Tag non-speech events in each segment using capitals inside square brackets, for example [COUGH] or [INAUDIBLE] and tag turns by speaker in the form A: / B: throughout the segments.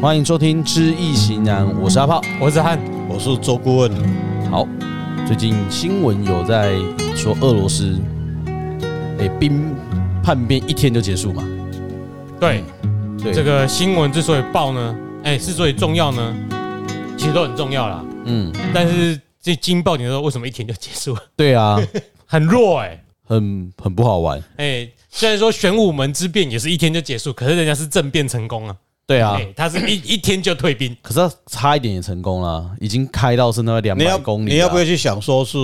A: 欢迎收听《知易行难》，我是阿炮。
B: 我是汉，嗯
C: 我是周顾问，
A: 好，最近新闻有在说俄罗斯，哎、兵叛变一天就结束嘛？
B: 对
A: 嗯对，
B: 这个新闻之所以爆呢，哎，之所以重要呢，其实都很重要啦。
A: 嗯，
B: 但是这惊爆你说为什么一天就结束了？ [LAUGHS]
A: 对啊，
B: 很弱哎、
A: 很很不好玩。
B: 哎，虽然说玄武门之变也是一天就结束，可是人家是政变成功啊，
A: 对啊，
B: 哎，他是
A: [COUGHS]
B: 一一天就退兵，
A: 可是他差一点也成功了，已经开到剩下两
C: 你
A: 百
C: 要
A: 公里
C: 你要不
A: 了
C: 要去想说是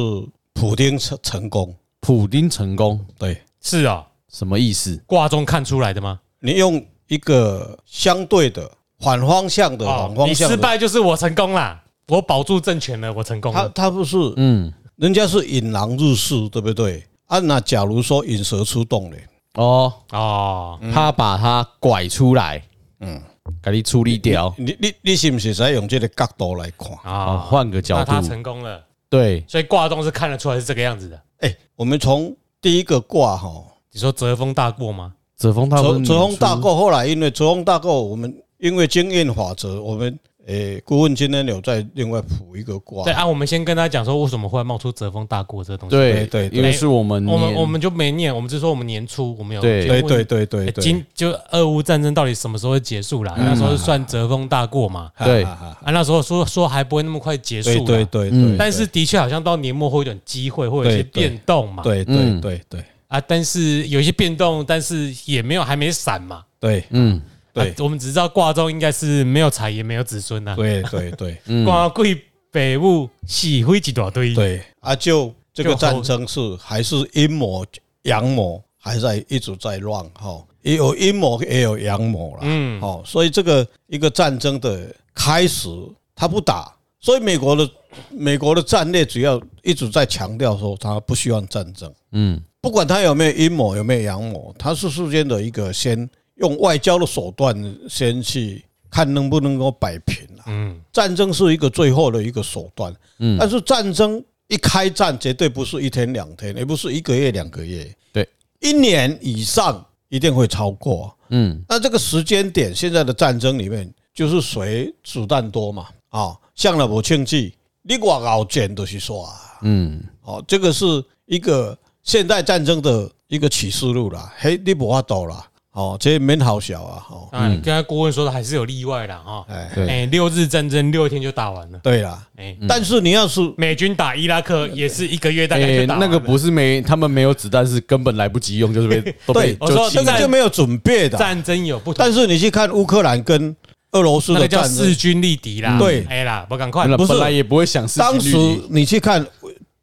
C: 普丁成成功？
A: 普丁成功
C: 对
B: 是啊、
A: 什么意思？
B: 卦中看出来的吗？
C: 你用一个相对的反方向的
B: 哦
C: 反方
B: 你
C: 向
B: 失
C: 的，
B: 败就是我成功啦，我保住政权了，我成功
C: 他
B: 了。
C: 他不是
A: 嗯，
C: 人家是引狼入室，对不对？啊，那假如说引蛇出洞呢？
A: 哦，
B: 哦，
A: 他把他拐出来，嗯，给你处理掉，
C: 你你你是不是在用这个角度来看？
A: 啊，
B: 啊，
A: 换个角
B: 那他
A: 度，
B: 成功了，
A: 对，
B: 所以卦中是看得出来是这个样子的。
C: 哎，我们从第一个卦哈，
B: 你说折风大过吗？
A: 泽峰他不
C: 泽
A: 是
C: 泽
A: 年
C: 宏
A: 初
C: 大购后来因为泽宏大购，我们因为经验法则，我们诶、顾问今天有再另外补一个卦
B: 对，啊，我们先跟他讲说为什么会冒出折风大过这个东西。
A: 对
C: 对对
A: 因为是我们
B: 我们
A: 年
B: 我们就没念，我们只说我们年初我们有
A: 对
B: 节
C: 对
B: 目
C: 对对对嗯
B: 哎
C: 对，
B: 今就俄乌战争到底什么时候会结束啦？那时候是算折风大过嘛？
C: 哈
A: 对
C: 哈哈
B: 啊，那时候说说还不会那么快结束
C: 对
B: 啦，
C: 对对
A: 嗯
C: 对，
B: 但是的确好像到年末会有点机会，会有一些
C: 对对
B: 变动嘛。
C: 对对
A: 嗯
C: 对对对
B: 啊，但是有一些变动，但是也没有还没散嘛。
C: 对
A: 嗯，
B: 啊
C: 对
B: 我们只知道卦中应该是没有财也没有子孙呐。
C: 对对对
A: 嗯
B: 卦贵北部喜灰一大堆。
C: 对啊！就这个
B: 就
C: 战争是还是阴谋阳谋还在一直在乱哈，也有阴谋也有阳谋啦。
B: 嗯，
C: 哦，所以这个一个战争的开始，他不打，所以美国的美国的战略主要一直在强调说，他不希望战争，
A: 嗯，
C: 不管他有没有阴谋，有没有阳谋，他是事先的一个先用外交的手段先去看能不能够摆平啊。
B: 嗯，
C: 战争是一个最后的一个手段，
A: 嗯
C: 但是战争一开战，绝对不是一天两天，也不是一个月两个月，
A: 对，
C: 一年以上一定会超过啊。
A: 嗯，
C: 那这个时间点，现在的战争里面，就是谁子弹多嘛？啊、向了不庆忌，你我熬见都是说啊，
A: 嗯，
C: 哦，这个是一个现代战争的一个启示录啦。嘿，你无法度啦，哦，这免好小啊，哦，
B: 啊，刚才顾问说的还是有例外啦，哈。
C: 哎，
A: 嗯对，嗯
B: 哎，六日战争六天就打完了。
C: 对啦，
B: 哎，
C: 但是你要是
B: 美军打伊拉克也是一个月大概
A: 哎，
B: 就打完
A: 那个，
B: 了
A: 不是没他们没有子弹，是根本来不及用，就是
B: [LAUGHS]
A: 被都被
C: 对，
B: 我说
A: 就清
C: 这个
A: 了
C: 就没有准备的，
B: 战争有不同，
C: 但是你去看乌克兰跟俄罗斯
B: 那
C: 的
B: 个叫
C: 战争
B: 势，均力敌
A: 嗯
B: 啦。
C: 对
B: 哎啦，不赶快
A: 本来
C: 不是
A: 本来也不会想事
C: 当
A: 情
C: 时
A: 率
C: 你去看，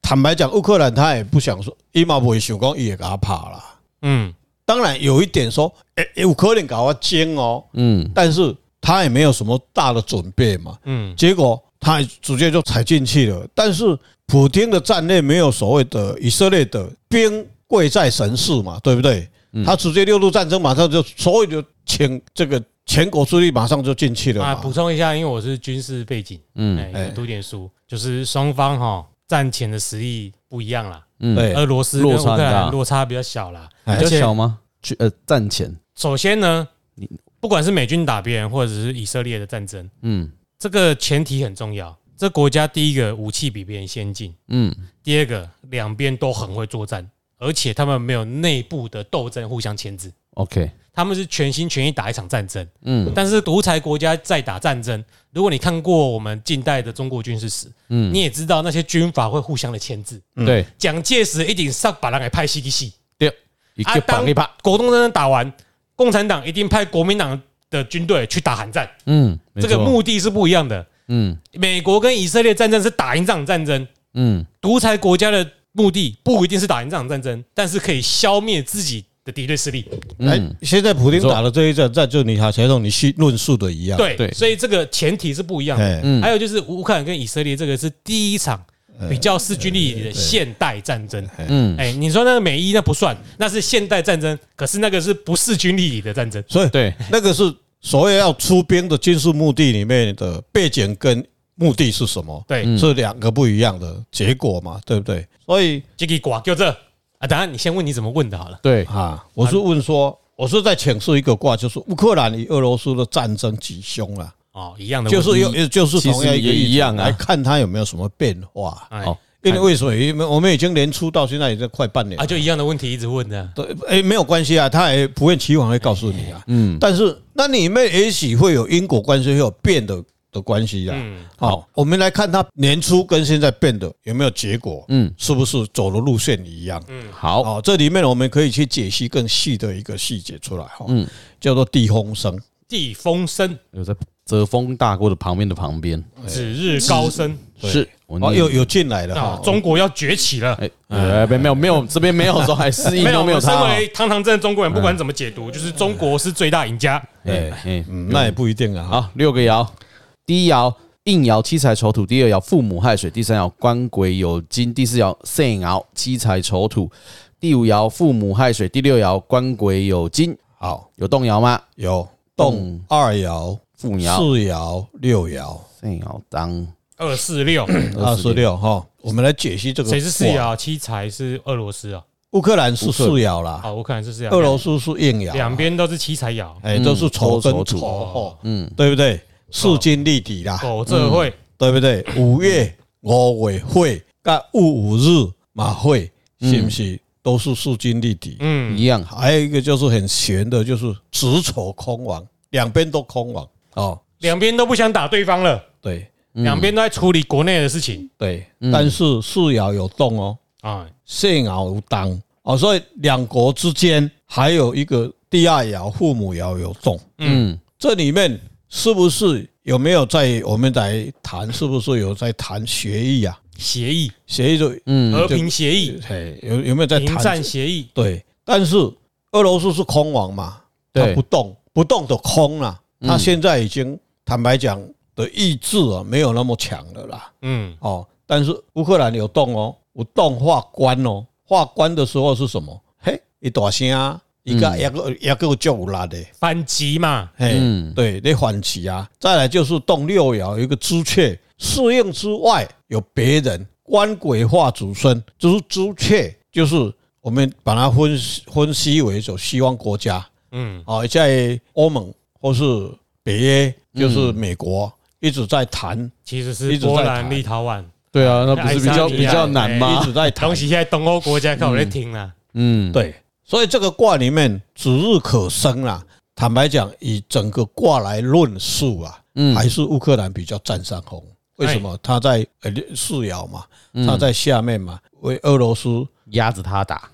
C: 坦白讲，乌克兰他也不想说，伊嘛不会想讲，伊会给他拍啦。
B: 嗯，
C: 当然有一点说，诶、有可能搞我精哦，
A: 嗯，
C: 但是他也没有什么大的准备嘛，
B: 嗯，
C: 结果他直接就踩进去了。但是普京的战略没有所谓的以色列的兵贵在神势嘛，对不对？
A: 嗯
C: 他直接六路战争马上就所有的全这个全国之力马上就进去了
B: 啊，
C: 嘛
B: 补，充一下，因为我是军事背景，
A: 嗯
B: 嗯，哎，有读点书，就是双方哈战前的实力不一样啦，
A: 嗯，
C: 对
B: 俄罗斯跟
A: 落
B: 乌
A: 差很
B: 克兰
A: 大
B: 落差比较小啦，
A: 比
B: 而
A: 较
B: 且
A: 小吗？去呃战前，
B: 首先呢，不管是美军打别人，或者是以色列的战争，
A: 嗯
B: 这个前提很重要。这国家第一个武器比别人先进，
A: 嗯
B: 第二个两边都很会作战，而且他们没有内部的斗争互相牵制，
A: ，OK，
B: 他们是全心全意打一场战争。
A: 嗯
B: 但是独裁国家在打战争，如果你看过我们近代的中国军事史，
A: 嗯
B: 你也知道那些军阀会互相的牵制。
A: 对，
B: 蒋介石一定上把人给派西地西，
A: 一
B: 啊
A: 个绑一把，
B: 国共战争打完，共产党一定派国民党的军队去打韩战。
A: 嗯，没
B: 这个
A: 错，
B: 目的是不一样的。
A: 嗯
B: 美国跟以色列战争是打赢这场战争，
A: 嗯
B: 独裁国家的目的不一定是打赢这场战争，但是可以消灭自己的敌对势力。
C: 哎
A: 嗯，，
C: 现在普京
A: 没错
C: 打的这一战，战就你哈前总你去论述的一样，，
B: 对
A: 对，
B: 所以这个前提是不一样的。
C: 哎，
A: 嗯
B: 还有就是乌克兰跟以色列这个是第一场比较势均力敌的现代战争。
A: 嗯，
B: 哎，你说那个美伊那不算，那是现代战争，可是那个是不势均力敌的战争。
C: 所以
A: 对， [LAUGHS]
C: 那个是所谓要出兵的军事目的里面的背景跟目的是什么？
B: 对，
A: 嗯
C: 是两个不一样的结果嘛，对不对？所以
B: 这个卦就这啊。等下你先问你怎么问的好了。
A: 对，
C: 啊，我是问说，我是在请示一个卦，就是乌克兰与俄罗斯的战争吉凶啊。
B: 哦，一样的问
C: 就
B: 题，
C: 是又就是同样一个
A: 其实也一样啊
C: 来看它有没有什么变
A: [LAUGHS]
C: 化。
B: 哎
A: 哦，
C: 因为为什么？因为我们已经连出到现在已经快半年
B: 啊，
C: 了，
B: 就一样的问题一直问的，
C: 对，哎，没有关系啊，他也不厌其烦会告诉你啊。
A: 嗯，
C: 但是那里面也许会有因果关系，会有变的的关系啊。
B: 嗯，
C: 好，我们来看它年初跟现在变的有没有结果，
A: 嗯，
C: 是不是走的路线一样？
B: 嗯
A: 好，
C: 哦，这里面我们可以去解析更细的一个细节出来哈，
A: 嗯
C: 叫做地风声。
B: 地风生，
A: 有在遮风大锅的旁边的旁边，
B: 指日高升，
C: 对
A: 是，我
C: 哦，
A: 念
C: 有有进来了
B: 啊
C: 哈，，
B: 中国要崛起了。
A: 哎，哎，没没有没有，这边没有说还适应
B: 没有，
A: 都
B: 我
A: 没有
B: 们
A: 他
B: 身
C: 啊
A: 哦，
B: 为堂堂正正中国人，不管怎么解读，
C: 哎
B: 就是中国是最大赢家。
A: 哎哎，
C: 嗯那也不一定啊。哈
A: 好，六个爻，第一爻应爻七财丑土，第二爻父母亥水，第三爻官鬼酉金，第四爻肾爻七财丑土，第五爻父母亥水，第六爻官鬼酉金，
C: 好，
A: 有动摇吗？
C: 有动二爻、
A: 父
C: 四
A: 爻
C: 爻、六爻、
A: 肾爻当
B: 二四六，
C: 二十六哈，我们来解析这个。
B: [COUGHS] 谁是四？爻？七财是俄罗斯啊，
C: 乌克兰哦是四爻啦，
B: 好，乌克兰是四爻，
C: 俄罗斯是啊硬爻，
B: 两边都是七财爻，
C: 哎都是丑
A: 嗯
C: 跟
A: 都是丑土
C: 丑吼，
A: 嗯
C: 对不对？势均力敌啦，
B: 狗哦这会
C: 对不对？五月五月会，甲戊午日马会，是不是都是势均力敌？
B: 嗯
A: 一样好，
C: 还有一个就是很玄的，就是子丑空亡，两边都空亡哦。
B: 两边都不想打对方了，
C: 对
A: 嗯
B: 两边都在处理国内的事情
C: 对，但是四爻有动哦，
B: 啊，
C: 肾爻有当哦，所以两国之间还有一个第二爻父母爻有动，
A: 嗯
C: 这里面是不是有没有在我们来谈？是不是有在谈协议啊？
B: 协议
C: 协议就
A: 嗯，
B: 和平协议、
C: 嘿，有有没有在
B: 停战
C: 谈？
B: 协议，
C: 对，但是俄罗斯是空亡嘛，它
A: 对
C: 不动，不动的空了、
A: 嗯
C: 它现在已经坦白讲的意志啊，没有那么强了啦。
B: 嗯，
C: 哦，但是乌克兰有动哦，有动化关哦，化关的时候是什么？嘿，一大声啊，一
B: 嗯
C: 个一个一个就有力的，
B: 反击嘛，
C: 嘿，
A: 嗯
C: 对，你反击啊。再来就是动六爻有一个朱雀，适应之外有别人，官鬼化祖孙，就是朱雀，就是我们把它分析分析为走西方国家
B: 嗯，
C: 啊，在欧盟或是北约，就是美国。一直在谈，
B: 其实
C: 一
B: 是
C: 直在
B: 波兰、
C: 谈
B: 立陶宛，
A: 对啊，那不是比较
B: 爱沙尼亚
A: 比较难
C: 一
A: 吗？
B: 哎
C: 直在谈
B: 东，西现在东欧国家看我在听啊啦，
A: 嗯，
C: 对，所以这个卦里面指日可生啦。坦白讲，以整个卦来论述啊，
A: 嗯哎
C: 还是乌克兰比较占上风。为什么？他在呃四爻嘛，
A: 嗯
C: 他在下面嘛，为俄罗斯。
A: 压着他打，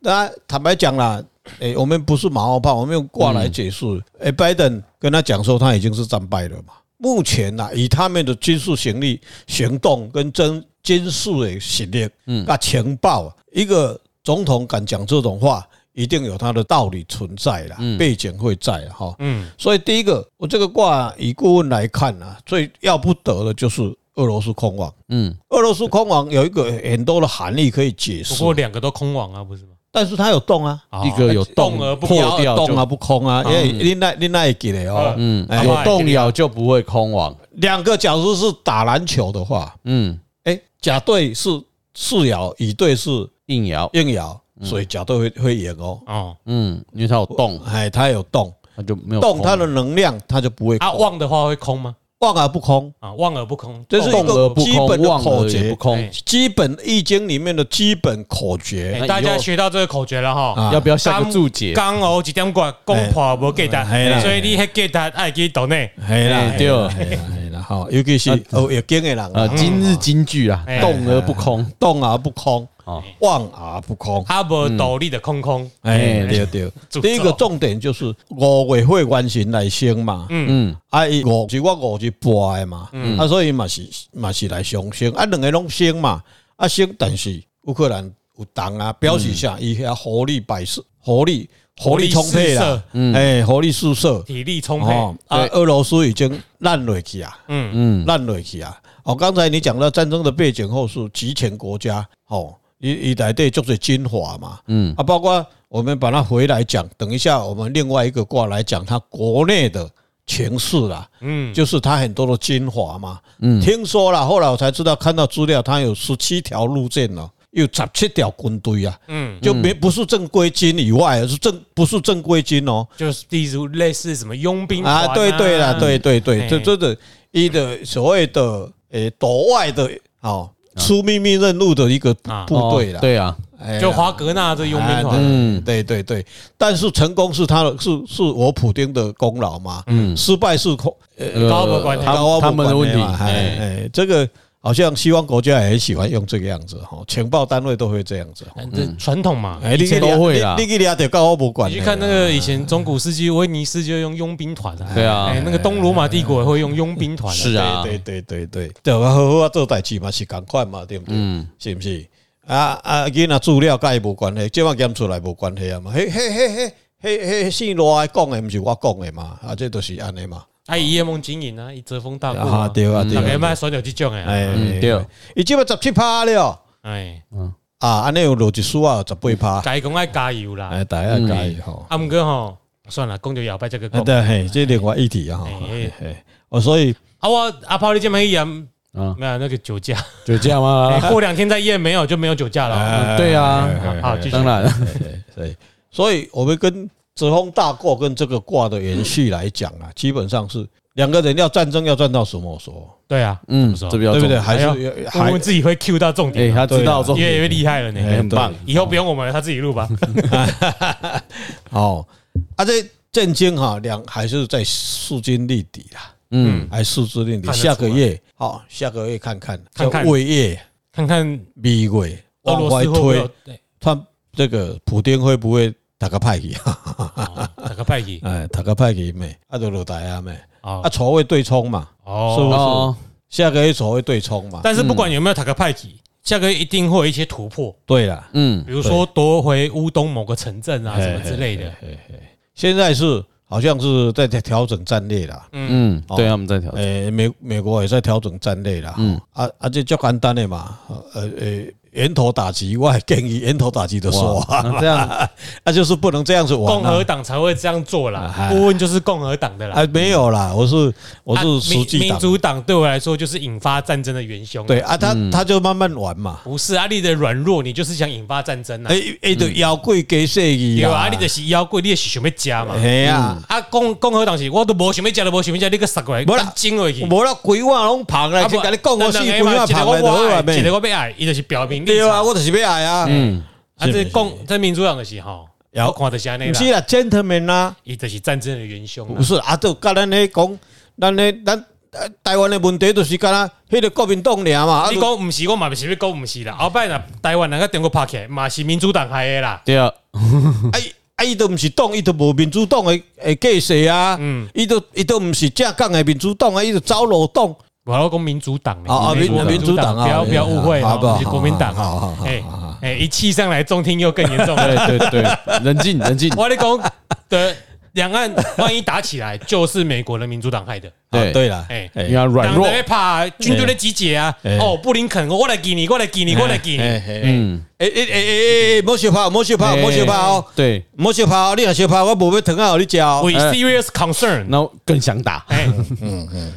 C: 那坦白讲啦，诶，我们不是马后炮，我们用卦来解释。诶，拜登跟他讲说，他已经是战败了嘛。目前呐、以他们的军事行力、行动跟真军事的实力，嗯，啊，情报啊，一个总统敢讲这种话，一定有他的道理存在啦，背景会在啦哈。
B: 嗯，
C: 所以第一个，我这个卦以顾问来看啊，最要不得的就是俄罗斯空亡。
A: 嗯，
C: 俄罗斯空亡有一个很多的含义可以解
B: 不
C: 释，
B: 过两个都空亡啊，不是吗？
C: 但是它有动啊，
B: 啊
A: 一个有
B: 动而不
A: 破
B: 摇，
A: 掉就
C: 动啊不空啊，因为你那你那也记得哦，
B: 嗯，
A: 嗯，有动摇就不会空亡，
C: 两个假如是打篮球的话，
A: 嗯，
C: 哎，甲队是四爻，乙队是
A: 硬摇，
C: 应爻，所以甲队会会赢哦。
B: 哦，
A: 嗯，因为它有动，
C: 哎，它有动，
A: 它就没有
C: 动
A: 空
C: 它的能量，它就不会
B: 啊，
C: 空
B: 旺的话会空吗？
C: 旺而不空，
B: 啊，旺而不空，
C: 这是一
A: 动
C: 个
A: 而不
C: 基本
A: 空，
C: 的
A: 望而
C: 口
A: 也
C: 诀
A: 不空
B: 哎，
C: 基本易经里面的基本口诀
B: 哎
A: 那
B: 大
A: 以
B: 家
A: 后
B: 学到这个口诀了哈。
C: 啊
A: 要不要下个注解？
B: 刚哦，一点挂讲破无记
C: 哎啦嗯
B: 得，所以你迄记得爱去懂内。
C: 系啦，
A: 对
C: 嘿啦，嘿啦嘿啦，吼，尤其是哦，易经的人
A: 呃
C: 啊，，
A: 今日金句啊
B: 哎，
A: 动而不空
C: 动而不空，
A: 哦，
C: 旺而不空。
B: 啊，无道理的空空，
C: 哎，对对，
B: 诅咒
C: 第一个重点就是五月会完成来生嘛，
A: 嗯，
C: 啊，伊五是我五是播的嘛，啊，所以嘛是嘛是来上升，啊，两个拢升嘛，啊升，但是乌克兰有动啊，表示啥？伊遐活力百射，活力活力充沛啦，哎，活力四射，
B: 体力充
C: 哦
B: 沛。，
C: 啊，俄罗斯已经烂落去啊，
B: 嗯，
A: 嗯
C: 烂落去啊！哦，刚才你讲到战争的背景后是集权国家，哦，一一代对就是精华嘛，
A: 嗯
C: 啊，包括我们把它回来讲，等一下我们另外一个卦来讲它国内的情势啦，
B: 嗯，
C: 就是它很多的精华嘛，
A: 嗯
C: 听说啦，后来我才知道看到资料，它有十七条路线了，哦有十七条军队啊，
B: 嗯，
C: 就没不是正规军以外，是正不是正规军哦。
B: 就是例如类似什么佣兵团
C: 啊，对对啦，对对对，
B: 哎
C: 这这的一的所谓的诶岛外的哦，出秘密任务的一个部
B: 啊
C: 部队啦，
A: 对啊，
C: 哎呀
B: 就华格纳这佣兵
C: 啊对
B: 团，
A: 嗯
C: 对对对，但是成功是他的，是是我普丁的功劳嘛，
A: 嗯，
C: 失败是恐
A: 呃
B: 高不管
A: 他
C: 高傲
A: 他们的
C: 不管
A: 问题，
C: 嘛哎
A: 哎，
C: 哎，这个好像西方国家也很喜欢用这个样子哈，情报单位都会这样子。
B: 反正传统嘛。
C: 哎，
A: 以前都会啦
C: 你你俩得高傲不管
B: 你
C: 的啦。
B: 去看那个以前中古世纪威尼斯就用佣兵团啊，
A: 对啊
B: 哎，那个东罗马帝国也会用佣兵团啊，
A: 是啊，
C: 对对对对，就好好啊做代志嘛是共款嘛，对不对？
A: 嗯
C: 是不是？啊啊，囡仔资料甲伊无关系，即摆检出来无关系啊嘛。迄迄迄迄迄迄姓罗诶讲诶，毋是我讲诶嘛，啊，这都是安尼嘛。
B: 哎，一夜梦经营啊，一遮风大过
C: 啊，
B: 啊，
C: 对啊，对
B: 大家
C: 啊。
B: 卖甩掉这种的啊，
C: 哎
A: 嗯，对，
C: 伊即摆十七趴了，
B: 哎，
C: 啊，安尼有落一丝啊，十八趴，
B: 该讲爱加油啦。
C: 哎，大家加油吼。
B: 啊，毋过吼，算了，讲就摇摆这个
C: 啊，
B: 讲。
C: 对，嘿，这另外议题啊，吼
B: 嗯哎
C: 嘿嘿哦，所以
B: 啊，我阿炮你这么一言，
A: 啊，
B: 没有那个酒驾，
A: 就这样
B: 哎
A: 吗？
B: [LAUGHS] 过两天再验没有就没有酒驾了。
C: 啊
B: 嗯
C: 哎
A: 对啊
C: 哎哎
B: 好
C: 哎
B: 继续
A: 当然，
C: [LAUGHS] 对，所以我们跟泽风大卦跟这个卦的延续来讲啊，基本上是两个人要战争要战到什么时候，
B: 对啊，
A: 嗯，
B: 是哦
A: 这比较
C: 对不
A: 重
C: 对？
A: 要。
C: 还
B: 哎
C: 是
B: 我
C: 还
B: 们自己会 Q 到重
A: 哎，
B: 点啊，
A: 他知道重
B: 越来
A: 点，
B: 越厉害了
C: 哎
B: 呢。
A: 很棒。
B: 以后不用我们了，他自己录
C: [LAUGHS]
B: 吧。
C: 哦，啊这震惊哈，两还是在势均力敌啦，
A: 嗯，
C: 还势均力敌。
B: 看得出
C: 下
B: 来
C: 个月好，下个月看看
B: 看看
C: 叫未月、
B: 看看
C: 米月
B: 俄
C: 往
B: 罗
C: 外
B: 斯会不会
C: 推
B: 有，对
C: 他这个普丁会不会打个派去啊？
B: 哦打个拜给
C: [LAUGHS] 哎，打个派去没？啊，就落台啊没？
B: 啊
C: 啊，仇会对冲嘛，是
B: 哦
C: 不，
A: 哦，
C: 下个月仇会对冲嘛？
B: 但是不管有没有塔克派
C: 嗯
B: 奇，下个月一定会有一些突破，
C: 对啦。
A: 嗯
B: 比如说夺回乌东某个城镇啊
C: 嘿
B: 什么之类的。
C: 现在是好像是在调整战略啦，
A: 嗯，
C: 哦
A: 对，他们在调整。
C: 诶、美美国也在调整战略啦。嗯，啊啊，这较简单的嘛，呃呃，源头打击，我还建议源头打击的说啊，
A: 啊这样
C: [LAUGHS] 啊就是不能这样子玩
B: 共
C: 啊
B: 和。党才会这样做啦
C: 哎，
B: 顾问就是共和党的啦。
C: 啊，没有啦，我是我是
B: 啊民
C: 实际
B: 民
C: 党，
B: 主党嗯对我来说就是引发战争的元凶。
C: 对，啊，他他就慢慢玩嘛，
B: 不是阿力的软弱，你就是想引发战争啊。
C: 诶诶，就妖怪给设计
B: 有啊，
C: 啊
B: 你，就是妖怪，你也是想要加嘛。
C: 嘿呀，
B: 啊，共共和党是，我都无想要加，都无想要加，你个杀过来，
C: 没啦
B: 干金回去。
C: 无啦，鬼话拢旁来，
B: 啊
C: 就跟你讲我是
B: 两
C: 鬼
B: 个
C: 话
B: 嘛一个
C: 旁来
B: 我
C: 就好啊，
B: 爱，一
C: 咩
B: 个？我要爱，伊就是表明立
C: 对啊，
B: 场。
C: 我就是要爱啊，
A: 嗯，
B: 啊，
C: 是
B: 这
C: 是
B: 共这民主党就是吼，
C: 有
B: 我看就是安尼
C: 不是
B: 啦，
C: 啦，gentleman 啊啦。
B: 伊就是战争的元凶
C: 不
B: 啦。
C: 是啊，就甲咱咧讲，咱咧咱呃台湾的问题就是干啦，迄个国民党尔嘛，啊
B: 你讲毋是，我嘛不是要讲毋是啦。后摆若台湾人甲中国拍起来，嘛是民主党害的啦。
A: 对啊，
C: 就啊伊啊伊都毋是党，伊都无民主党的诶架势啊，伊都伊都毋是正港的民主党啊，伊就走路党，
B: 我要讲民主党呢
C: 啊啊民民主党啊
B: 不要不要误会
C: 好
B: 哦，
C: 不好
B: 不是国民党
C: 好好
B: 啊
C: 好好。
B: 哎哎，一气上来，中听又更严重了。
A: 哎对对对，冷静冷静，
B: 我跟你讲的两岸万一打起来，就是美国的民主党害的。
A: 对
C: 啊对啦，
B: 哎
A: 因为他软
B: 党
A: 弱
B: 人，在怕军队在集结啊！
C: 哎
B: 哦，布林肯，我来给你，我来给你，我来给你。
C: 诶
A: 嗯，
C: 诶诶诶哎诶，莫小怕，莫小怕，
A: 哎
C: 莫小怕哦，
A: 对，
C: 莫小怕哦，你若小怕，我无要疼啊，互你食哦
B: We，serious concern。
A: 那我更想打。
B: 哎，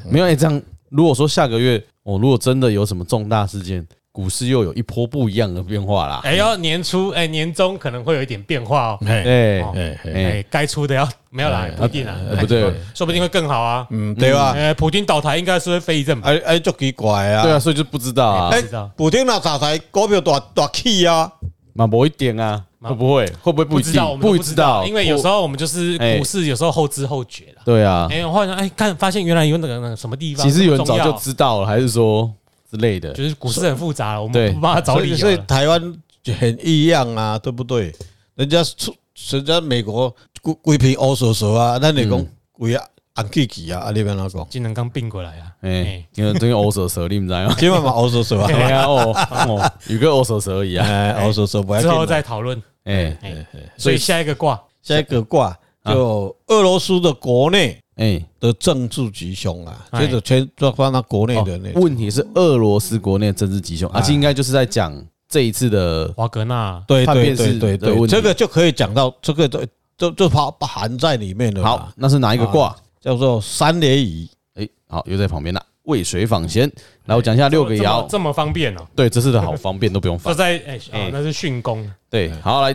A: 没有、欸、这样，如果说下个月哦，如果真的有什么重大事件，股市又有一波不一样的变化啦。
B: 哎呦，年初哎年终可能会有一点变化哦。
C: 嘿
A: 哎
B: 哦
C: 嘿嘿
A: 哎
B: 哎，该出的要没有啦，不一定啊哎啦，
A: 呃不对，
B: 说不定会更好啊。
C: 嗯对吧？
B: 哎，普京倒台应该是会非议政
A: 啊
B: 吧？
C: 哎哎，足奇怪啊，
A: 对啊，，所以就不知道啊，
C: 哎
B: 知道，
C: 普京若炸台股票大大起啊，
A: 嘛不一定啊，会不会会不会不一
B: 知道，我
A: 定，
B: 们都
A: 一
B: 不
A: 知
B: 知
A: 道，
B: 道，因为有时候我们就是
A: 哎
B: 股市有时候后知后觉啦。
A: 对啊，
B: 哎，我好像哎看发现原来有那个那个什么地方，
A: 其实有人
B: 这
A: 早
B: 么重要啊
A: 就知道了，还是说之类的，
B: 就是股市很复杂了，我
A: 对
B: 们不帮他找
C: 所以
B: 理由
C: 所以
B: 了。
C: 台湾就很异样啊，对不对？人家出，人家美国规规片乌索索啊，咱你讲规啊红气气啊，啊你边哪讲？？
B: 金能刚并过来啊，
A: 哎
B: 哎，
A: 因为这个欧蛇蛇，你们知道
B: [LAUGHS]
A: 吗
C: 今晚嘛乌索索
A: [LAUGHS] 哎
C: 啊，
A: 呀哦哦，有个欧蛇蛇而已啊，
C: 哎，乌索索不要
B: 之后
C: 紧啦。
B: 再讨论。
A: 哎
B: 哎，
A: 所
B: 所
A: 以
B: 以下一个卦，
C: 下一个卦就俄罗斯的国内
A: 哎，
C: 的政治吉凶啊，
B: 哎
C: 这个全抓翻到国内的那
A: 问题是俄罗斯国内的政治吉
B: 哎
A: 凶，啊而且应该就是在讲这一次的
B: 华格纳
C: 对
A: 叛
C: 对
A: 变
C: 对
A: 是
C: 对
A: 的
C: 对，
A: 问题
C: 这个就可以讲到这个都都就包
B: 哎
C: 含在里面了啦。
B: 啊
A: 好，那是哪一个卦？
C: 叫做三连仪。
A: 哎，好，又在旁边了。渭水访贤。来，我讲一下六个
B: 这么
A: 爻，
B: 这么方便哦。
A: 对，这次的好方便都不用
B: 这 [LAUGHS]
A: 烦。
B: 在哎
A: 哎
B: 啊，那是巽宫，
A: 对，好来，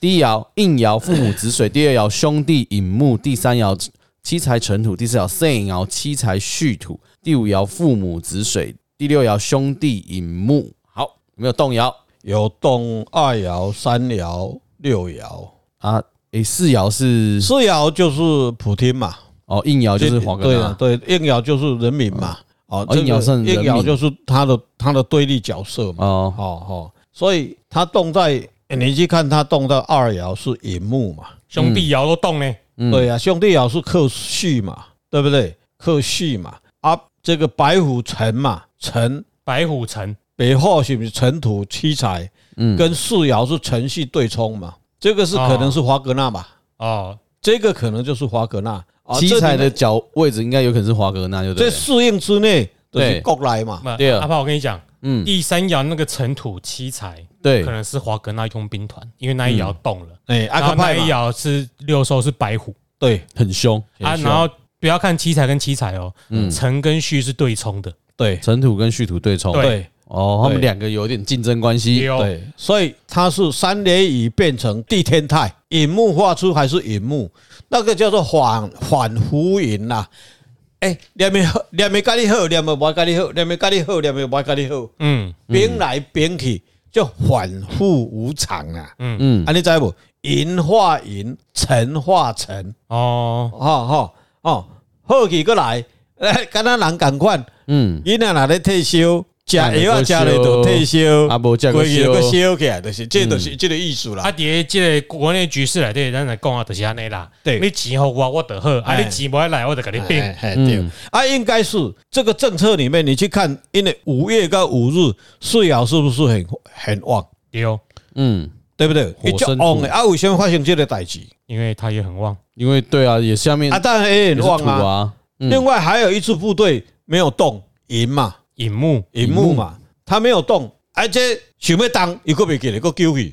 A: 第一爻应爻父母子水，第二爻兄弟引木，第三爻七财成土，第四爻肾爻七财戌土，第五爻父母子水，第六爻兄弟引木。好，有没有动摇
C: 有动二爻、三爻、六爻，
A: 啊？诶，四爻是
C: 四爻就是普天嘛，
A: 哦，应爻就是黄
C: 对
A: 根
C: 啊
A: 啊，，
C: 对，应爻就是人民嘛，哦
A: 哦
C: 这个
A: 应爻算人
C: 应
A: 民
C: 爻就是他的他的对立角色嘛，
A: 哦，
C: 哦哦，所以他动在你去看他动到二爻是寅木嘛，
B: 兄弟爻都动呢，
A: 嗯
C: 对呀、兄弟爻是克戌嘛，对不对？克戌嘛，啊，这个白虎辰嘛，辰
B: 白虎辰
C: 北后是不是辰土七财，
A: 嗯
C: 跟四爻是辰戌对冲嘛，这个是可能是华格纳吧，
B: 哦，
C: 这个可能就是华格纳，啊
A: 七彩
C: 这
A: 的
C: 里面
A: 脚位置应该有可能是华格纳，就对
C: 这
A: 了。
C: 适应之内就是
A: 对
C: 国来嘛，
B: 那
A: 对啊
B: 阿炮，我跟你讲，
A: 嗯，
B: 第三爻那个尘土七财，
A: 对嗯
B: 可，能是华格纳佣兵团，因为那一爻动了，
C: 哎，阿
B: 然
C: 克
B: 后那
C: 派
B: 一
C: 嘛，
B: 爻是六兽是白虎
C: 对
A: 很凶
B: 啊，然后不要看七财跟七财哦，
A: 嗯
B: 辰跟戌是对冲的，
C: 对
A: 尘土跟戌土对冲。
B: 对哦
C: 对
A: 哦，他们
C: 对
A: 两个有点竞争关系。
B: 六
C: 对，所以它是三连乙变成地天泰，寅木化出还是寅木，那个叫做反反浮寅呐。哎，念没好，念没咖喱好，念没无咖喱好，念没咖喱好，念没无咖喱好，
B: 嗯
C: 变来变去就反复无常啊！
B: 嗯
A: 嗯
C: 啊，你知不？寅化寅，辰化辰，
B: 哦，
C: 吼吼哦，好起过来，哎，敢若人共款，
A: 嗯，
C: 伊若若咧退休，食
A: 哎
C: 药啊，食咧就退休，
B: 呃
A: 阿伯价格
C: 规日
A: 修
C: 个，烧起来，就是
A: 嗯
C: 这，就是这个意思
B: 啊，
C: 啦。
B: 伫即个国内局势内底，咱来讲啊，就是安尼啦。
C: 对
B: 你钱互我，我就好；啊，
C: 哎
B: 你钱无来，我就甲你变。
C: 哎，对
A: 嗯，
C: 啊，应该是这个政策里面，你去看，因为五月跟五日四爻是不是很很旺，
B: 对，哦
A: 嗯，
C: 对不对？
A: 火
C: 就
A: 生
C: 旺
A: 土
C: 的啊，为什么发生这个代志？
B: 因为他也很旺。
A: 因为对啊，也下面
C: 啊，当然也
A: 也是
C: 很旺
A: 土
C: 啊。
A: 啊，
C: 另
A: 嗯，
C: 外还有一支部队没有动，银嘛，
B: 引木
C: 银木嘛，他没有动，而且想要当一个没给你个丢去，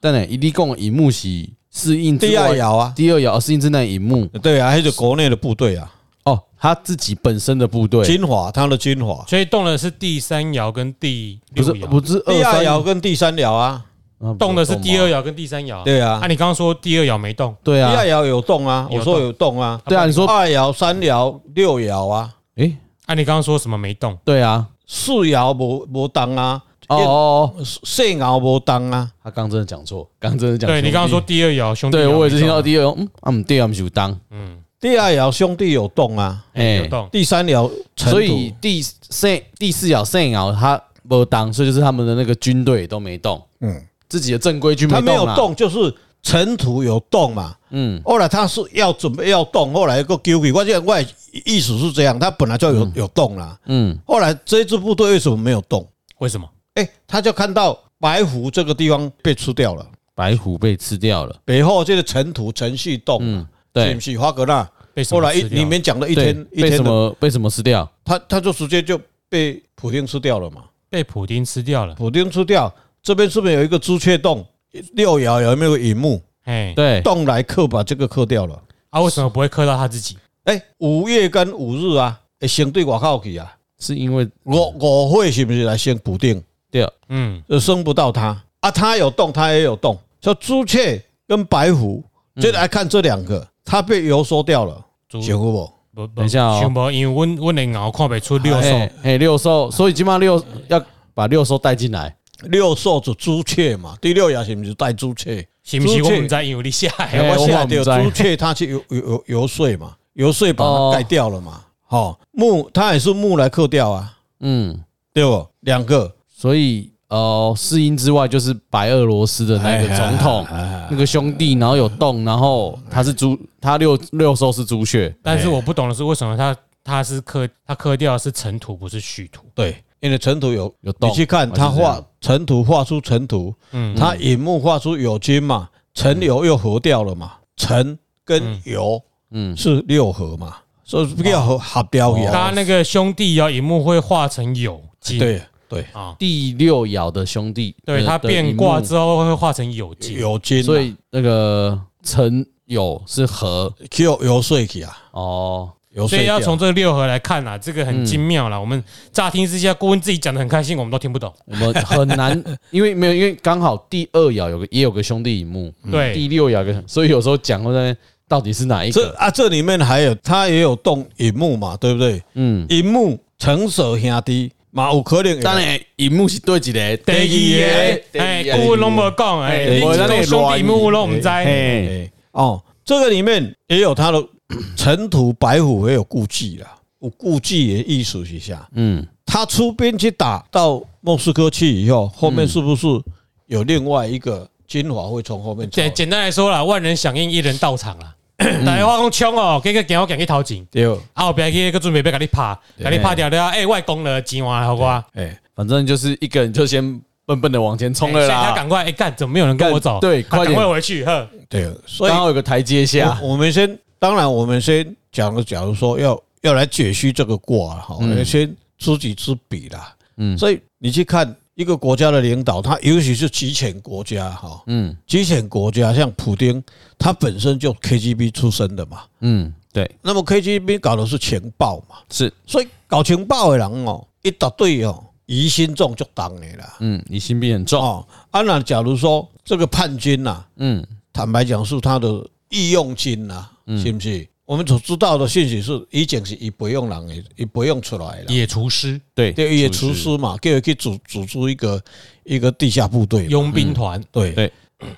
A: 但呢，一地共银幕喜是应之
C: 第二
A: 外，
C: 爻啊，
A: 第二爻是应之内银幕
C: 对啊，还是国内的部队啊，
A: 哦，他自己本身的部队，
C: 金华他的金华，
B: 所以动的是第三爻跟第
A: 不
B: 六
A: 是
B: 爻，
A: 不是
C: 第二
A: 三
C: 爻跟第三爻啊，
A: 啊不
B: 动的是第二
A: 吗
B: 爻跟第三爻。
C: 对啊
B: 啊，，你刚刚说第二爻没动，
A: 对
C: 第
A: 啊
C: 二，爻有动啊，
B: 有
C: 我说有动啊，
A: 对啊，你说
C: 二爻、三爻、六爻啊，
A: 诶，
B: 啊，你刚刚说什么没动？
A: 对啊，
C: 四爻无无动啊，
A: 哦哦哦，
C: 四爻无动啊，
A: 他刚真的讲错，刚真的讲错，嗯
B: 对你刚刚说第二爻兄弟爻
A: 对
B: 没动啊，
A: 我也是听到第二爻，嗯，啊，唔对啊，唔就当，
B: 嗯，
C: 第二爻兄弟有动啊，
A: 哎
B: 有动。
C: 第三爻尘
A: 所以
C: 土，
A: 第四第四爻圣爻他没当，所以就是他们的那个军队都没动，
C: 嗯，
A: 自己的正规军
C: 他没有
A: 啦，
C: 动就是尘土有动嘛。
A: 嗯
C: 后来他是要准备要动，后来又丢给我，这我的意思是这样，他本来就有有动啦，
A: 嗯
C: 后来这支部队为什么没有动？
B: 为什么？
C: 哎，他就看到白虎这个地方被吃掉了，
A: 白虎被吃掉了，
C: 北后这个尘土程序动嘛，
A: 嗯，
C: 是
A: 对
C: 不，是花格纳？
B: 被什
C: 后
B: 么
C: 来一
B: 吃掉
C: 里面讲了一
A: 对
C: 天一
A: 被
C: 天
A: 什
C: 的，
A: 么被什么吃掉？
C: 他他就直接就被普丁吃掉了嘛。
B: 被普丁吃掉了。
C: 普丁吃掉，这边是不是有一个朱雀洞？六爻有没有乙木
B: 哎，
A: 对，
C: 洞来克把这个克掉了？
B: 啊，为什么不会克到他自己？
C: 哎，五月跟五日啊，会先对外靠去啊，
A: 是因为
C: 五五会是不是来先补丁，
A: 掉，
B: 嗯，
C: 就生不到他啊？他有动，他也有动，就朱雀跟白虎，
A: 嗯
C: 就来看这两个，他被游说掉了，
B: 主
C: 行不不？
B: 不不
A: 等一下哦
B: 想无，因为阮阮的牛看不出六兽
A: 哎，哎六兽，所以起码六要把六兽带进来，
C: 六兽就朱雀嘛，第六爻是不是带朱雀？
B: 是不是？
C: 朱
B: 我
C: 雀
B: 们在因为你下来
A: 哎
B: 哦，
C: 我
A: 我
C: 下
A: 也不
C: 掉
A: 知
C: 朱雀，它去游游游游说嘛，游说把
A: 哦
C: 它盖掉了嘛。好，木它也是木来克掉啊，
A: 嗯，
C: 对不？两个
A: 所以呃，世英之外就是白俄罗斯的那个总统。
C: 哎
A: 那个兄弟，然后有动，然后他是朱，他六六兽是朱雀，
B: 但是我不懂的是为什么他他是克他克掉的是尘土不是虚土？
C: 对，因为尘土有，
A: 有动。
C: 你去看它
A: 是这样
C: 画尘土画出尘土，
B: 嗯，
C: 它寅木画出酉金嘛，辰酉又合掉了嘛，辰跟酉
A: 嗯，哦
C: 是六合嘛，所以不要合合掉去
B: 他
C: 啊。
B: 那个兄弟哦爻荧幕会化成酉
A: 哎
B: 金，
C: 对对，
B: 啊，
A: 第六爻的兄弟，
B: 对，
A: 呃
B: 它
A: 的
B: 变
A: 荧
B: 卦
A: 幕
B: 之啊后会化成酉金，
C: 酉金嘛，啊
A: 所以那个辰酉是合
C: 就游说去啊，
A: 哦，
C: 有
B: 所以
C: 睡
B: 要
C: 觉。
B: 从这六合来看啊，这个很精妙啦。我们乍听之下，顾问自己讲的很开心，我们都听不懂。
A: 我们很难，因为没有，因为刚好第二爻有个也有个兄弟乙木，
B: 对
A: 第六爻有个，所以有时候讲到那边到底是哪一
C: 这
A: 个？
C: 啊，这里面还有他也有动银幕嘛，对不对？
A: 嗯，
C: 银幕成舍兄弟嘛，有可能会
A: 当然乙木是哎对一个，
B: 第二
A: 第
B: 个，哎，
A: 二
B: 顾
A: 个
B: 问拢无讲，哎，
A: 对
B: 你讲兄弟
A: 哎
B: 木拢唔知，
A: 嘿，
C: 哎哦，这个里面也有他的尘土白虎，也有顾忌啦，有顾忌也意思一下。
A: 嗯，
C: 他出兵去打到莫斯科去以后，后
A: 嗯
C: 面是不是有另外一个军阀会从后面出来
B: 简？简单来说啦，万人响应，一人到场啦。大家话讲冲哦，这个行我行去头前，
C: 对，
B: 啊后边去个准备要甲你拍，甲你拍掉了，哎，外公了，钱完好我。
C: 哎，
A: 反正就是一个人就先笨笨的往前冲了
B: 哎所以他
A: 啦，
B: 赶快，哎干，怎么没有人跟我走？
A: 干对
B: 他
A: 快点
B: 赶快回去，呵，
C: 对，所以
A: 刚好有个台阶下，
C: 我我们先，当然我们先讲了，假如说要要来解析这个卦了哈，我
A: 嗯
C: 们先知己知彼啦。
A: 嗯
C: 所以你去看一个国家的领导，他尤其是极权国家哈，
A: 嗯
C: 极权国家像普丁，他本身就 KGB 出身的嘛，
A: 嗯，对，
C: 那么 KGB 搞的是情报嘛，
A: 是，
C: 所以搞情报的人哦，一大堆哦，疑心重就当的啦。
A: 嗯，疑心病很重，
C: 哦，啊那假如说这个叛军呐、
A: 嗯
C: 坦白讲是他的义用金呐、是不是？我们所知道的信息是，以前是伊不用人的，伊不用出来的，
B: 野厨师、
A: 对，
C: 对，伊的厨师嘛，叫伊去组组织一个一个地下部队嘛，
B: 佣兵团，
C: 对
A: 对。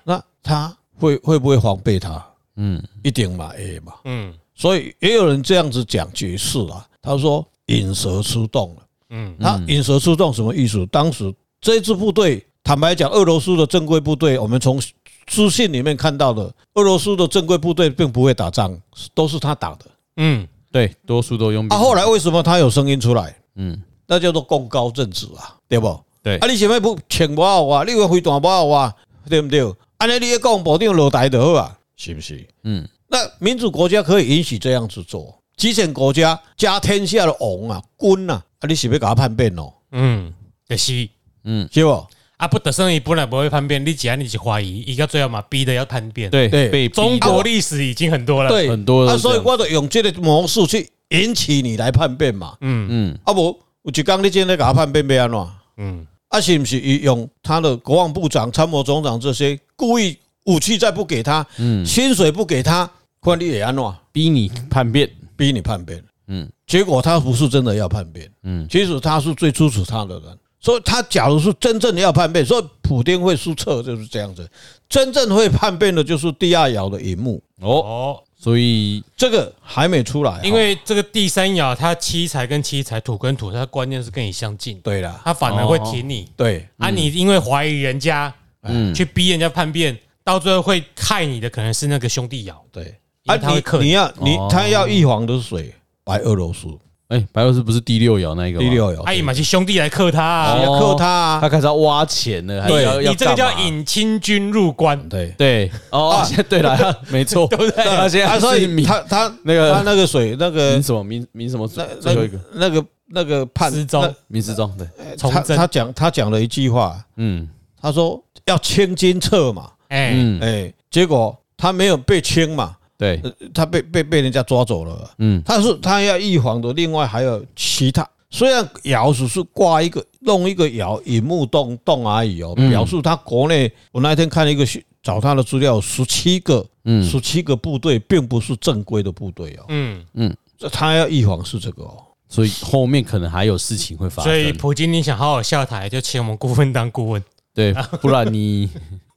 C: 那他会会不会防备他？
A: 嗯
C: 一定嘛，会嘛。
B: 嗯
C: 所以也有人这样子讲解释啊，他说引蛇出洞啊了。
B: 嗯，
C: 他引蛇出洞什么意思？当时这支部队，坦白讲，俄罗斯的正规部队，我们从资讯里面看到的，俄罗斯的正规部队并不会打仗，都是他打的。
B: 嗯，
A: 对，多数都用
C: 啊，后来为什么他有声音出来？
A: 嗯
C: 那叫做功高震主啊，对不？
A: 对
C: 啊，你想要不请不好啊，你有飞弹不好啊，对不对？安尼你一讲，保定落台就好啊，是不是？
A: 嗯
C: 那民主国家可以允许这样子做，集权国家家天下的王啊、君啊，啊，你是要给他叛变哦，
B: 嗯，就是
A: 嗯，
C: 是不？
B: 啊，不得胜，伊本来不会叛变，你啊只要你去怀疑，伊到最后嘛，逼得要叛变。，
A: 对
C: 对
A: 被逼
B: 中国
A: 的
B: 历史已经很多了。，
C: 对，
A: 很多
C: 啊，
A: 人，
C: 所以我就用这个模式去引起你来叛变嘛。
B: 嗯
A: 嗯
C: 啊不，有一天你真的给他叛变，要安怎样？
B: 嗯，
C: 啊，是不是以用他的国防部长、参谋总长这些故意武器再不给他，
A: 嗯，
C: 薪水不给他，管理也安怎
A: 逼你叛变，
C: 逼你叛变？
A: 嗯
C: 结果他不是真的要叛变，
A: 嗯
C: 其实他是最支持他的人。所以他假如是真正的要叛变，所以普丁会失策就是这样子。真正会叛变的就是第二爻的银幕，
A: 哦，
B: 哦，
A: 所以
C: 这个还没出来哈。啊
B: 因为这个第三爻，它七财跟七财，土跟土，它的观念是跟你相近的，
C: 对啦，
B: 它反而会挺你
C: 对
B: 啊。你因为怀疑人家，
A: 哦嗯
B: 去逼人家叛变，到最后会害你的可能是那个兄弟爻。
C: 对
B: 因为他会克
C: 啊你
B: 你
C: 你要你
A: 哦
C: 他要预防的水，白俄罗斯
A: 哎，白俄罗斯不是第六爻那一个吗
C: 第，六爻，
B: 阿姨啊嘛是兄弟来克他
C: 你
B: 啊，
C: 要克他啊
A: 啊哦他，开始要挖钱了，还
B: 你
A: 是要要
B: 你这个
A: 干
B: 叫
A: 嘛
B: 引清军入关，
C: 对，
A: 对哦，对 [LAUGHS] 了，没错，对不对？他呃现在
C: 啊，所
A: 是
C: 以
A: 民
C: 他他
A: 那个
C: 他那个水那个
A: 民什么民民什么
C: 那
A: 最
C: 那
A: 后一
C: 个
A: 个
C: 那个那个判
B: 失踪
A: 民失踪对，
C: 那
B: 崇
C: 他
B: 祯
C: 他讲他讲了一句话，
A: 嗯
C: 他说要清金策嘛，
B: 哎，
A: 嗯
C: 哎，结果他没有被清嘛，
A: 对
C: 呃他被被被人家抓走了。
A: 嗯
C: 但是他要预防的，另外还有其他。虽然爻只是挂一个弄一个爻引木洞洞而已哦，
A: 嗯
C: 表示他国内我那天看了一个讯找他的资料，十七个
A: 嗯
C: 十七个部队并不是正规的部队哦，
B: 嗯，
C: 这他要预防是这个哦，
A: 所以后面可能还有事情会发
B: 所以
A: 生，
B: 普京你想好好下台，就请我们顾问当顾问，
A: 对，不然你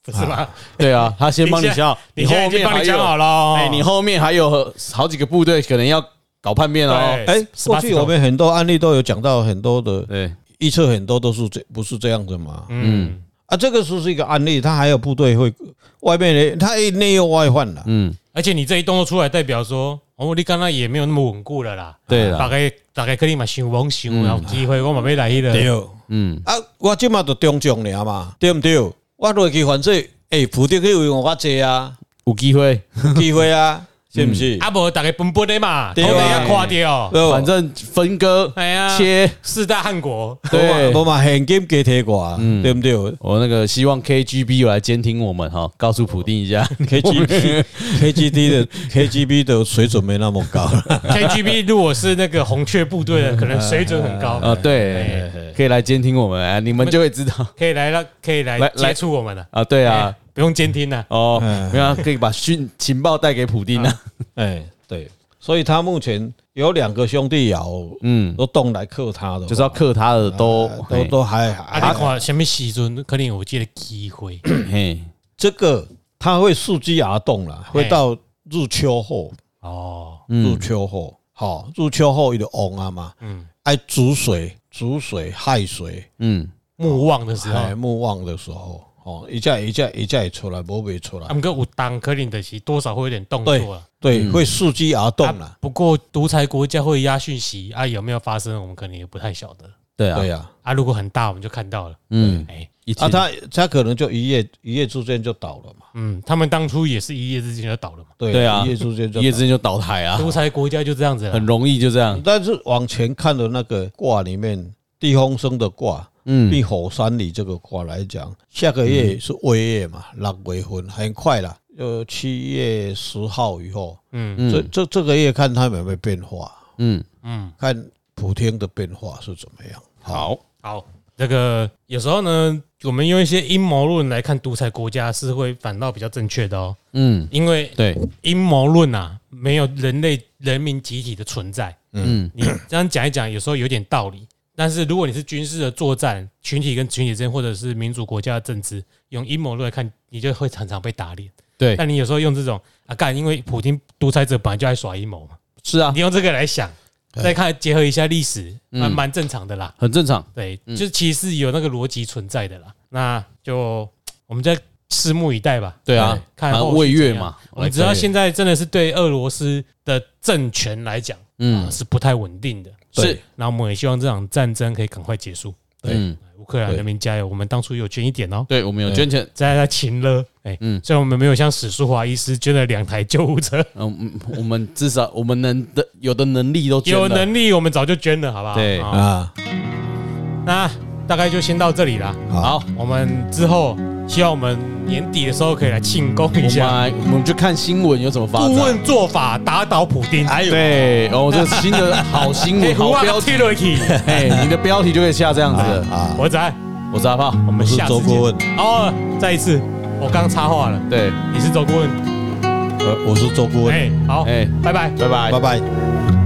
B: 不是吗？
A: 对啊，他先帮你
B: 你现在
A: 想好，
B: 你
A: 后
B: 现在已经
A: 面
B: 帮
A: 还
B: 你讲
A: 有
B: 好了哦，
A: 哎，你后面还有好几个部队可能要搞叛变哦，
B: 对
C: 哎，过去我们很多案例都有讲到很多的
A: 对，
C: 预测，很多都是这不是这样的嘛，
B: 嗯，
C: 啊，这个是是一个案例，他还有部队会外面的，他内忧外患了，
A: 嗯
B: 而且你这一动作出来，代表说哦，你刚刚也没有那么稳固了啦，啊
A: 对啦
B: 大概大概可以嘛，想往想有机会我嘛要来迄
C: 对
B: 个，
C: 哦。
A: 嗯
C: 啊，我即马就中奖了嘛，对毋对？
A: [LAUGHS]
C: 哎我落去反正，诶、欸，普丁去为我较济啊，
A: 有机会
C: 有机会啊，是不是？
B: 啊无大家奔波的嘛，
C: 对啊
B: 头得要垮掉。
C: 对吧
A: 嗯反正分割
B: 哎呀，
A: 切，
B: 四大汉国，
A: 对
C: 我嘛现金给贴过啊，
A: 嗯
C: 对不对
A: 我那个希望 KGB 有来监听我们哈，告诉普丁一
B: [LAUGHS]
A: 下， [LAUGHS]
C: ？KGB KGD 的 KGB 的水准没那么高，
A: [LAUGHS]
B: KGB [LAUGHS] 如果是那个红雀部队的，可能水准很高
A: 嗯啊，
B: 哎
A: 对，可以来监听我们，哎你们就会知道
B: 可以来了，可以来
A: 来来
B: 接触我们了。
A: 啊，对啊
B: 哎，，不用监听了。
A: 哦
C: 哎，
A: 没有啊，可以把讯情报带给普丁
B: [LAUGHS]
A: 啊，
C: 哎，对，所以他目前有两个兄弟窑
A: 嗯，
C: 都动来克他的话，
A: 就是要克他的都
C: 哎都
A: 嘿
C: 都还
B: 啊，
C: 还
B: 你看什么时阵可能有这个机会？
A: [COUGHS] 嘿，
C: 这个他会伺机而动了，会到入秋后，
B: 哦，
C: 入
A: 嗯
C: 秋后，好，入秋后伊就旺啊嘛，
B: 嗯，
C: 爱煮水、煮水、害水，
A: 嗯，
B: 莫忘的时候，
C: 哎，
B: 啊，
C: 木旺的时候，哦，一架一架一架也出来，不会出来，
B: 不过有当可能的是多少会有点动作了。
C: 对，
A: 啊嗯
C: 会伺机而动
B: 啊
C: 了，
B: 不过独裁国家会压讯息啊，有没有发生，我们可能也不太晓得
A: 对啊
C: 对，呀，
B: 啊。如果很大，我们就看到了。
A: 嗯，
B: 哎，
A: 一
C: 啊，
A: 听
C: 他他可能就一夜一夜之间就倒了嘛，
B: 嗯，他们当初也是一夜之间就倒了嘛。
C: 对
A: 对啊
C: 一夜之间就
A: 一夜
C: 倒
A: 之间就倒台啊，
B: 独裁国家就这样子啊了
A: 很。容易就这样，
C: 但是往前看的那个卦里面，地风生的卦，
A: 嗯
C: 避火山里这个卦来讲，下个月是未月嘛，
A: 嗯
C: 六月份很快啦，呃，七月十号以后，
B: 嗯
C: 这
A: 嗯
C: 这这个月看他们有没有变化，
A: 嗯，
B: 嗯，
C: 看普天的变化是怎么样。
A: 好，
B: 好，这个有时候呢，我们用一些阴谋论来看独裁国家是会反倒比较正确的哦，
A: 嗯，
B: 因为
A: 对，
B: 阴谋论啊，没有人类人民集体的存在。
A: 嗯 [CLEARS THROAT]
B: 你这样讲一讲，有时候有点道理。但是如果你是军事的作战，群体跟群体之间，或者是民主国家的政治，用阴谋论来看，你就会常常被打脸。
A: 对，
B: 但你有时候用这种啊干，因为普京独裁者本来就爱耍阴谋嘛，
A: 是啊
B: 你，用这个来想，
C: 对
B: 再看结合一下历史，
A: 嗯
B: 蛮蛮正常的啦。
A: 很正常，
B: 对，就是其实是有那个逻辑存在的啦。那就我们再拭目以待吧。
A: 对啊，
B: 看
A: 反正
B: 后续
A: 魏
B: 怎
A: 月
B: 样
A: 嘛，
B: 我们知道现
A: 在，
B: 在真的是对俄罗斯的政权来讲，
A: 嗯
B: 嗯，是不太稳定的。
A: 是，
B: 那我们也希望这场战争可以赶快结束。哎
C: 对
A: 嗯，
B: 乌克兰人民加油！我们当初有捐一点哦，
A: 对，我们有捐钱，
B: 在在勤了。哎，
A: 嗯
B: 虽然我们没有像史书华医师捐了两台救护车，
A: 嗯，嗯我们至少我们能的有的能力都捐
B: 有
A: 了，
B: 能力我们早就捐了，好不好？
A: 对
B: 好
C: 啊，
B: 那大概就先到这里啦。
C: 好，
A: 好，
B: 我们之后希望我们年底的时候可以来庆功
A: 我
B: 一
A: 们
B: 下，
A: 来我们就看新闻有怎么发
B: 顾
A: 展。
B: 问做法打倒普丁。哎呦，
A: 对，哦，这新的好新
B: [LAUGHS] 哎
A: 闻，好标题，
B: 题。
A: 哎，你的标题就可以下这样子
B: 哎
A: 了。
C: 啊，
B: 我仔，
A: 我是阿炮，
B: 我
C: 我
B: 们
C: 是
B: 下次
C: 周
B: 见
C: 顾问，
B: 哦，再一次，我刚插话了，
A: 对，
B: 你是周顾问。
C: 呃，我是周顾问，
B: 哎，好，
A: 哎，
B: 拜拜。
A: 拜拜
C: 拜。拜。